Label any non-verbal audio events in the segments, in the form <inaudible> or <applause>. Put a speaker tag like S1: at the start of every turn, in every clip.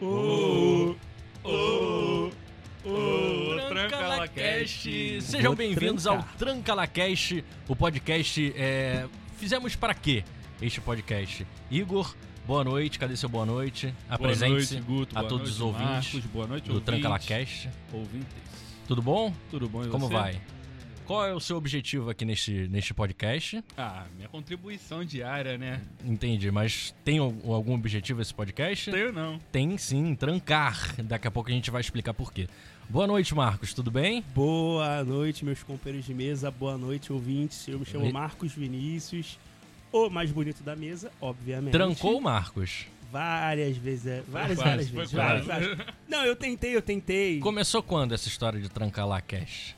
S1: Uh,
S2: Oh, oh, oh, Trancalacast.
S3: Sejam
S1: Vou
S3: bem-vindos ao
S1: trancar.
S3: Trancalacast, o podcast. é, Fizemos para quê este podcast? Igor, boa noite, cadê seu boa noite?
S2: Boa
S3: Apresente
S2: noite, Guto.
S3: a
S2: boa
S3: todos os
S2: noite,
S3: ouvintes
S2: Marcos, boa noite,
S3: do
S2: ouvintes.
S3: Trancalacast.
S2: Ouvintes.
S3: Tudo bom?
S2: Tudo bom e
S3: Como
S2: você?
S3: vai? Qual é o seu objetivo aqui neste, neste podcast?
S2: Ah, minha contribuição diária,
S3: <laughs>
S2: né?
S3: Entendi, mas tem al- algum objetivo esse podcast?
S2: Tenho não.
S3: Tem sim, trancar. Daqui a pouco a gente vai explicar por quê. Boa noite, Marcos, tudo bem?
S1: Boa noite, meus companheiros de mesa. Boa noite, ouvintes. Eu me chamo
S3: Oi.
S1: Marcos Vinícius, o mais bonito da mesa, obviamente.
S3: Trancou, Marcos?
S1: Várias vezes, é. Várias,
S2: quase,
S1: várias
S2: foi
S1: vezes.
S2: quase.
S1: Várias, várias. Não, eu tentei, eu tentei.
S3: Começou quando essa história de trancar lá cash?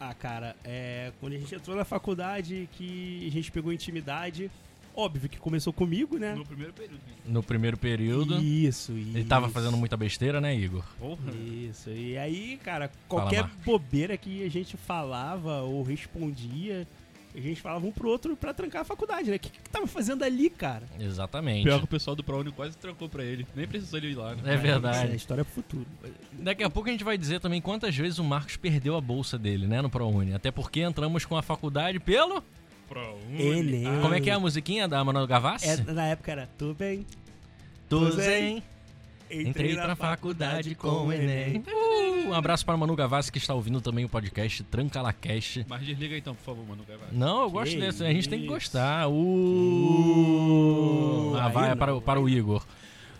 S1: Ah, cara, é, quando a gente entrou na faculdade, que a gente pegou intimidade, óbvio que começou comigo, né?
S2: No primeiro período. gente.
S3: No primeiro período.
S1: Isso, isso.
S3: Ele tava fazendo muita besteira, né, Igor?
S2: Porra.
S1: Isso, e aí, cara,
S3: Fala,
S1: qualquer
S3: Marcos.
S1: bobeira que a gente falava ou respondia, a gente falava um pro outro pra trancar a faculdade, né? O que, que tava fazendo ali, cara?
S3: Exatamente.
S2: Pior que o pessoal do ProUni quase trancou pra ele. Nem precisou ele ir lá, né?
S3: É
S1: Isso é
S3: verdade.
S1: história pro futuro.
S3: Daqui a pouco a gente vai dizer também quantas vezes o Marcos perdeu a bolsa dele, né, no ProUni. Até porque entramos com a faculdade pelo.
S2: ProUni.
S1: Ele.
S2: Ah,
S3: Como é que é a musiquinha da Manoel Gavassi?
S1: É, na época era, tudo bem,
S3: Tô
S1: zen.
S3: Entrei na faculdade com o Enem. Uh, um abraço para Manu Gavassi que está ouvindo também o podcast Tranca La
S1: é.
S3: Cash.
S2: Mas desliga então, por favor, mano. Gavassi.
S3: Não, eu gosto
S1: Que
S3: desse. A gente tem que
S1: isso.
S3: gostar. Uh,
S1: Uh,
S3: ah,
S1: aí
S3: vai é
S1: não.
S3: para, o- para o Igor.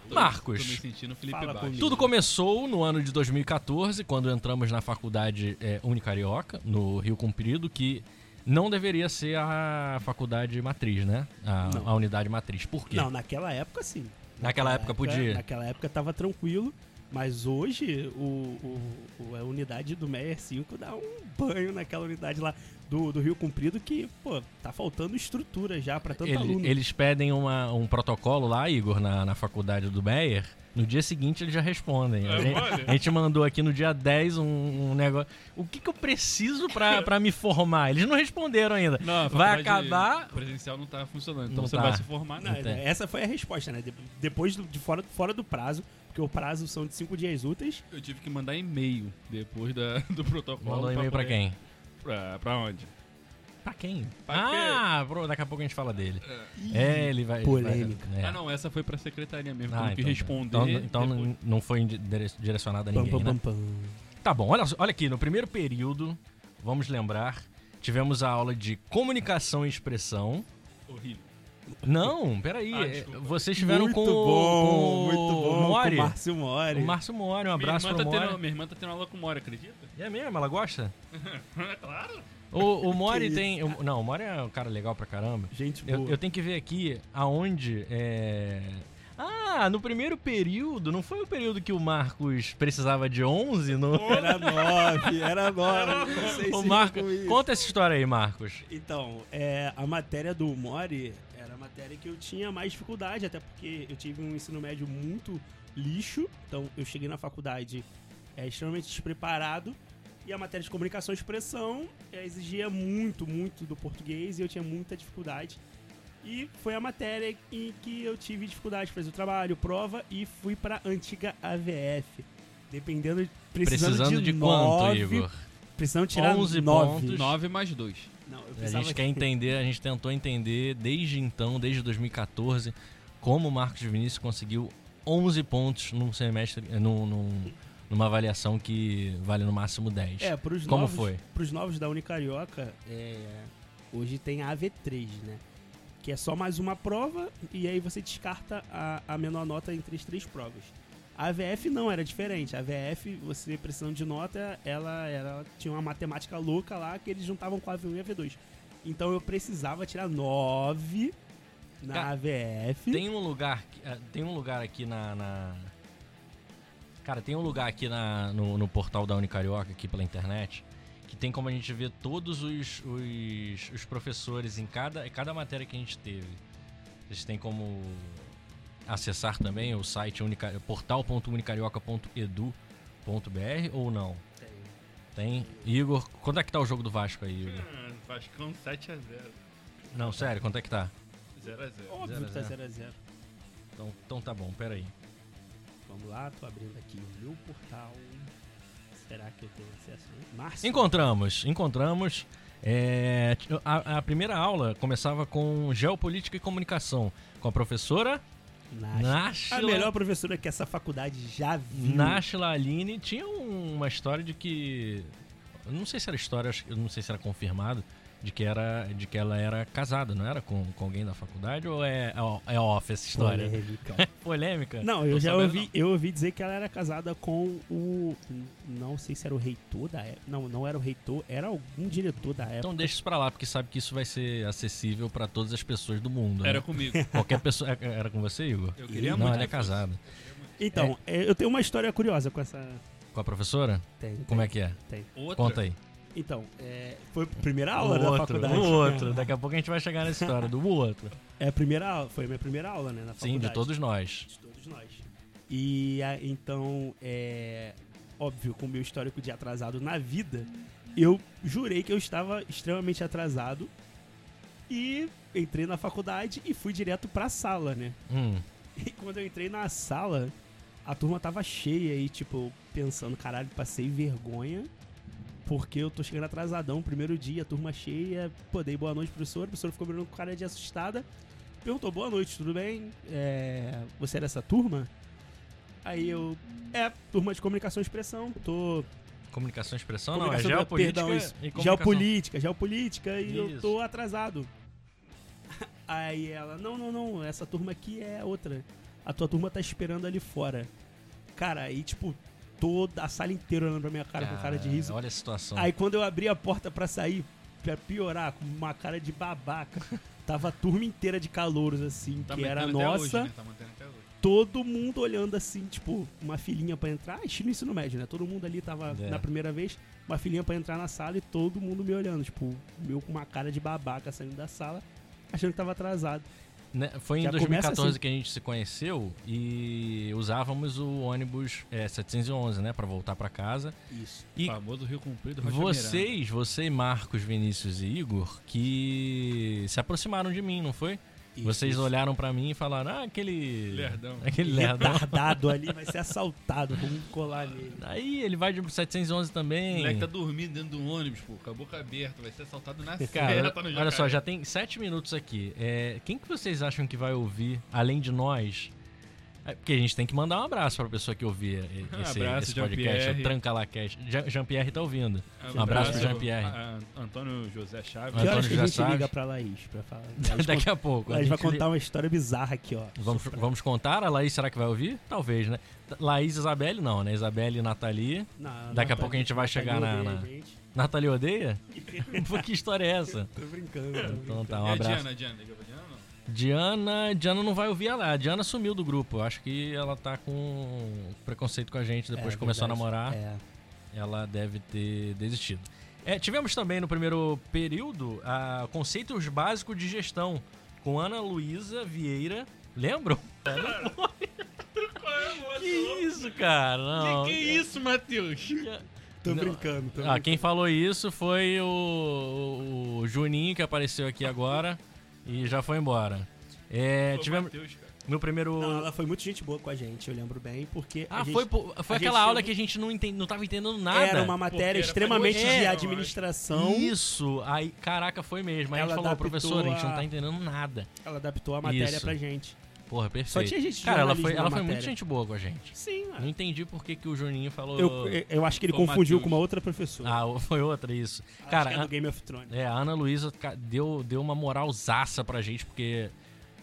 S2: Tô-
S3: Marcos.
S2: Tô me sentindo Felipe
S1: Fala
S2: Bastos.
S1: comigo.
S3: Tudo começou no ano de 2014, quando entramos na faculdade é, Unicarioca, no Rio Comprido, que não deveria ser a faculdade matriz, né? A,
S1: Não.
S3: a unidade matriz. Por quê?
S1: Não, naquela época sim.
S3: Naquela época podia.
S1: Naquela época tava tranquilo, mas hoje o, o- o- a unidade do Meier 5 dá um banho naquela unidade lá do, do Rio Comprido que, pô, tá faltando estrutura já pra tanto
S3: Ele-
S1: aluno.
S3: eles pedem uma- um protocolo lá, Igor, na, na faculdade do Meyer. No dia seguinte eles já respondem.
S2: É,
S3: a, gente,
S2: olha.
S3: a gente mandou aqui no dia 10 um, um negócio. O que, que eu preciso pra, pra me formar? Eles não responderam ainda.
S2: Não, a
S3: Vai
S2: faculdade
S3: acabar-
S2: Presencial não tá funcionando, então
S3: Não
S2: você
S3: tá.
S2: não vai se formar,
S1: Não, é,
S2: não.
S3: Entendo.
S1: essa foi a resposta, né? De- depois do- de fora, fora do prazo, porque o prazo são de cinco dias úteis.
S2: Eu tive que mandar e-mail depois da- <laughs> do protocolo.
S3: Mandou um e-mail pra
S2: poder-
S3: quem?
S2: Pra, pra onde?
S3: Pra quem?
S2: Pra quem?
S3: ah, bro, daqui a pouco a gente fala dele. É, ele vai. ele vai-
S1: Polêmica.
S3: é.
S2: Ah, não, essa foi pra secretaria mesmo. Ah,
S3: Ah,
S2: que
S3: então tá.
S2: responder.
S3: Então, então
S2: depois.
S3: não- não foi indi- dire- direcionado a
S1: Pam,
S3: ninguém.
S1: pam,
S3: né?
S1: pam, pam.
S3: Tá bom, olha, só- olha aqui, no primeiro período, vamos lembrar, tivemos a aula de comunicação e expressão.
S2: Horrível.
S3: Não, peraí.
S2: Ah,
S3: é,
S2: desculpa.
S3: vocês tiveram
S1: muito
S3: com
S1: bom,
S3: o, com
S1: muito bom,
S3: o
S1: com
S3: Mori.
S1: o Márcio Mori.
S3: o Márcio Mori, um abraço
S2: minha
S3: pro
S2: irmã, tá
S3: Mori.
S2: tendo, minha irmã tá tendo aula com o Mora, acredita?
S3: É mesmo? Ela gosta?
S2: É <laughs> claro.
S1: <laughs>
S3: O, o Mori
S1: isso,
S3: tem... o- não, o Mori é um cara legal pra caramba.
S1: Gente boa.
S3: Eu, eu tenho que ver aqui aonde... é, Ah, no primeiro período, não foi o período que o Marcos precisava de 11? No...
S1: Era nove, era nove. Não sei
S3: O
S1: se
S3: Marcos...
S1: ficou isso.
S3: Conta essa história aí, Marcos.
S1: Então, é, a matéria do Mori era a matéria que eu tinha mais dificuldade, até porque eu tive um ensino médio muito lixo, então eu cheguei na faculdade é, extremamente despreparado, e a matéria de comunicação e expressão é, exigia muito, muito do português, e eu tinha muita dificuldade. E foi a matéria em que eu tive dificuldade, fazer o trabalho, prova, e fui para antiga AVF. Dependendo, precisando,
S3: Precisando de, quanto,
S1: nove,
S3: Igor?
S1: Precisando tirar
S3: 11
S1: nove.
S3: pontos.
S2: 9 mais 2.
S1: Não, eu
S3: A
S1: precisava
S3: gente quer entender, a gente tentou entender desde então, desde 2014, como o Marcos Vinícius conseguiu 11 pontos num semestre, eh, num, num- numa avaliação que vale no máximo 10.
S1: É, pros
S3: Como
S1: novos,
S3: foi?
S1: Pros novos da Unicarioca, é, hoje tem a AV3, né? Que é só mais uma prova e aí você descarta a, a menor nota entre as três provas. A AVF não, era diferente. A AVF, você precisando de nota, ela, ela tinha uma matemática louca lá que eles juntavam com a AV1 e a AV2. Então eu precisava tirar 9 na
S3: Ca-
S1: AVF.
S3: Tem um lugar, que- eh, tem um lugar aqui na, na- Cara, tem um lugar aqui na- no, no portal da Unicarioca, aqui pela internet, que tem como a gente ver todos os, os, os professores em cada, em cada matéria que a gente teve. Vocês têm como acessar também o site unica- portal.unicarioca.edu.br ou não? Tem. Igor, quanto é que tá o jogo do Vasco aí,
S2: Hum.
S3: Igor?
S2: Ah, Vascão 7 a 0.
S3: Não, sério, quanto é que tá?
S2: 0 a 0.
S1: Óbvio que tá
S3: Zero
S1: 0x0.
S3: Então, então tá bom, peraí.
S1: Vamos celular, tô abrindo aqui o meu portal. Será que eu tenho acesso? a Márcio?
S3: Encontramos, encontramos. É, t- a, a primeira aula começava com Geopolítica e Comunicação, com a professora
S1: Nash.
S3: Nashla,
S1: A melhor professora que essa faculdade já viu.
S3: Nashla Aline. Tinha um- uma história de que. eu Não sei se era história, acho que- eu não sei se era confirmado, de que, era, de que ela era casada, não era? Com, com alguém da faculdade ou é, é off essa história?
S1: Polêmica.
S3: <laughs> Polêmica?
S1: Não, eu
S3: Tô
S1: já
S3: sabendo,
S1: ouvi, eu ouvi dizer que ela era casada com o. Não sei se era o reitor da época. Não, não era o reitor, era algum diretor da época.
S3: Então deixa isso pra lá, porque sabe que isso vai ser acessível pra todas as pessoas do mundo. né?
S2: Era comigo.
S3: Qualquer pessoa. é- Era com você, Igor?
S2: Eu queria
S3: não,
S2: muito
S3: ela é
S2: que fosse.
S3: casada.
S1: Então, é, eu tenho uma história curiosa com essa.
S3: Com a professora?
S1: Tem,
S3: Como é que é?
S1: Tem.
S2: Outra.
S3: Conta aí.
S1: Então, é, foi a primeira aula
S3: o
S1: da
S3: outro,
S1: faculdade.
S3: o outro.
S1: né?
S3: Daqui a pouco a gente vai chegar nessa história do outro.
S1: É a primeira aula, foi a minha primeira aula, né? Na
S3: Sim,
S1: faculdade.
S3: de todos nós.
S1: De todos nós. E a- então, é. Óbvio, com o meu histórico de atrasado na vida, eu jurei que eu estava extremamente atrasado. E entrei na faculdade e fui direto pra sala, né?
S3: Hum,
S1: <laughs> E quando eu entrei na sala, a turma tava cheia e, tipo, eu pensando, caralho, passei vergonha. Porque eu tô chegando atrasadão, primeiro dia, turma cheia. Pô, dei boa noite, professor. A professora ficou olhando com cara de assustada. Perguntou, boa noite, tudo bem? É, você é dessa turma? Aí eu, é, turma de comunicação e expressão. Tô
S3: comunicação e expressão não, é
S1: Comunicação da-
S3: geopolítica
S1: perdão, isso.
S3: e comunicação.
S1: geopolítica, geopolítica, e eu
S3: Isso.
S1: tô atrasado. <laughs> Aí ela, não, não, não, essa turma aqui é outra. A tua turma tá esperando ali fora. Cara, aí, tipo, toda a sala inteira olhando pra minha cara com cara de riso.
S3: Olha a situação.
S1: Aí quando eu abri a porta pra sair, pra piorar, com uma cara de babaca, tava a turma inteira de calouros, assim,
S2: Tá
S1: que
S2: mantendo
S1: era
S2: até
S1: nossa
S2: hoje, né? Tá mantendo até hoje.
S1: todo mundo olhando assim, tipo, uma filhinha pra entrar, estilo ensino médio, né? Todo mundo ali tava
S3: É.
S1: na primeira vez, uma filhinha pra entrar na sala e todo mundo me olhando, tipo, eu com uma cara de babaca saindo da sala, achando que tava atrasado.
S3: Né, Foi em
S1: já começa
S3: 2014
S1: assim.
S3: que a gente se conheceu e usávamos o ônibus é, 711, né, Pra voltar pra casa.
S1: Isso.
S3: E-
S2: Famoso Rio Comprido, Rocha Miranda.
S3: Vocês, você e Marcos, Vinícius e Igor, que se aproximaram de mim, não foi? Vocês olharam pra mim e falaram: "Ah, aquele
S2: Lerdão.
S3: aquele lerdão".
S1: retardado ali, vai ser assaltado, vamos colar nele.
S3: Aí ele vai de 711
S2: O
S3: também.
S2: moleque tá dormindo dentro do ônibus, pô, com a boca aberta, vai ser assaltado na
S3: Cara,
S2: cena, tá no
S3: olha
S2: jacaré.
S3: só, já tem sete minutos aqui. É, quem que vocês acham que vai ouvir, além de nós? É, porque a gente tem que mandar um abraço pra pessoa que ouvir e-
S2: <laughs> Um
S3: esse,
S2: abraço,
S3: esse podcast,
S2: Jean-Pierre.
S3: o Tranca Lá Cast. Jean- Jean-Pierre tá ouvindo. Um abraço pro Jean-Pierre.
S2: a- a- Antônio José Chaves.
S3: Antônio
S1: Que horas que a
S3: já
S1: gente
S3: sabe.
S1: liga pra Laís pra
S3: <laughs>
S1: falar? Laís
S3: Daqui
S1: conta-
S3: a pouco.
S1: Laís
S3: A
S1: vai
S3: gente li-
S1: contar uma história bizarra aqui, ó.
S3: Vamos, vamos contar? A Laís, será que vai ouvir? Talvez, né? Laís e Isabelle não, né? Isabelle e Nathalie.
S1: Na- Tá
S3: Daqui a
S1: Natália-
S3: pouco a gente vai chegar na-
S1: odeia a
S3: na-
S1: gente.
S3: Nathalie odeia? <laughs> Pô, que história é essa?
S1: Tô brincando, tô
S3: Então
S1: brincando.
S3: tá, um
S2: e a
S3: abraço.
S2: É, Diana, Diana, liga pra Diana ou não?
S3: Diana, Diana não vai ouvir ela. A Diana sumiu do grupo. Eu acho que ela tá com preconceito com a gente depois
S1: É,
S3: que começou a
S1: verdade.
S3: namorar.
S1: É.
S3: Ela deve ter desistido. É, tivemos também no primeiro período a conceitos básicos de gestão com Ana Luísa Vieira.
S2: <laughs>
S3: Lembram? Que isso, cara? Não.
S2: é Que, é que isso, Matheus?
S1: Tô
S3: Não.
S1: brincando, tô
S3: Ah, quem falou isso foi o, o Juninho que apareceu aqui agora e já foi embora. É,
S2: Pô,
S3: tivemos
S2: Matheus, cara.
S3: no primeiro
S1: Não, ela foi muito gente boa com a gente, eu lembro bem, porque a
S3: Ah,
S1: gente
S3: foi, po- foi
S1: a gente
S3: aquela aula
S1: chegou-
S3: que a gente não, entende, não tava entendendo nada.
S1: era uma matéria
S2: era
S1: extremamente
S3: faculdade,
S1: de
S2: eu
S1: administração.
S3: Isso, aí, caraca, foi mesmo. Aí a gente
S1: Ela
S3: falou,
S1: adaptou
S3: professor, a gente não
S1: a-
S3: tá entendendo nada.
S1: Ela adaptou a matéria
S3: Isso.
S1: pra gente.
S3: Porra,
S1: Só
S3: perfeito.
S1: tinha gente de
S3: Cara, ela
S1: jornalismo
S3: foi,
S1: na
S3: ela foi
S1: matéria.
S3: muito gente boa com a gente.
S1: Sim, é.
S3: Não entendi por que, que o Juninho falou.
S1: eu, eu- eu acho que ele
S2: Foi o
S1: confundiu
S2: Matheus.
S1: com uma outra professora.
S3: Ah, foi outra isso.
S1: Acho
S3: Cara,
S1: que é
S3: a-
S1: do Game of Thrones.
S3: É, a Ana Luísa ca- deu, deu uma moralzaça pra gente, porque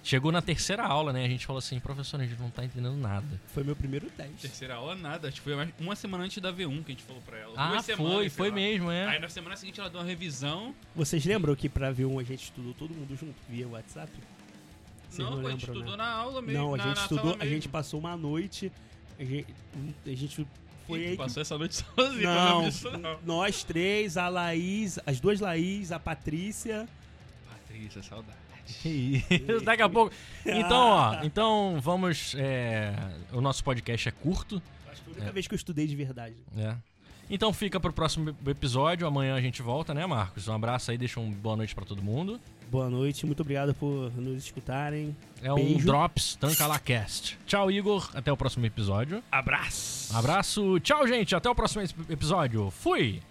S3: chegou na terceira aula, né? A gente falou assim, professor, a gente não tá entendendo nada.
S1: Foi meu primeiro teste.
S2: Terceira aula, nada. Acho que foi mais- uma semana antes da V1 que a gente falou pra ela.
S3: Ah,
S2: Duas semanas,
S3: foi,
S2: sei
S3: foi
S2: lá.
S3: mesmo,
S1: né?
S3: é.
S2: Aí na semana seguinte ela deu uma revisão.
S1: Vocês lembram que pra ver um a gente estudou todo mundo junto via WhatsApp? Vocês
S2: não, pô, a gente
S1: lembram, né?
S2: estudou na aula mesmo.
S1: Não, a
S2: na-
S1: gente
S2: na
S1: estudou,
S2: sala
S1: a gente
S2: mesmo.
S1: passou uma noite, a gente, a gente foi
S2: Ih,
S1: aí que
S2: Passou essa noite sozinho, eu
S1: Não,
S2: lembro disso, não.
S1: nós três, a Laís, as duas Laís, a Patrícia.
S2: Patrícia, saudade.
S3: Que <laughs> isso, daqui a pouco. Então, <laughs> ó, então vamos. é, o nosso podcast é curto,
S1: Acho que foi a única vez que eu estudei de verdade.
S3: né? Então fica pro próximo episódio. Amanhã a gente volta, né, Marcos? Um abraço aí, deixa uma boa um noite pra todo mundo.
S1: Boa noite, muito obrigado por nos escutarem.
S3: É um
S1: Beijo.
S3: Drops Tanca La Cast. Tchau, Igor. Até o próximo episódio.
S2: Abraço!
S3: Abraço. Tchau, gente. Até o próximo es- episódio. Fui!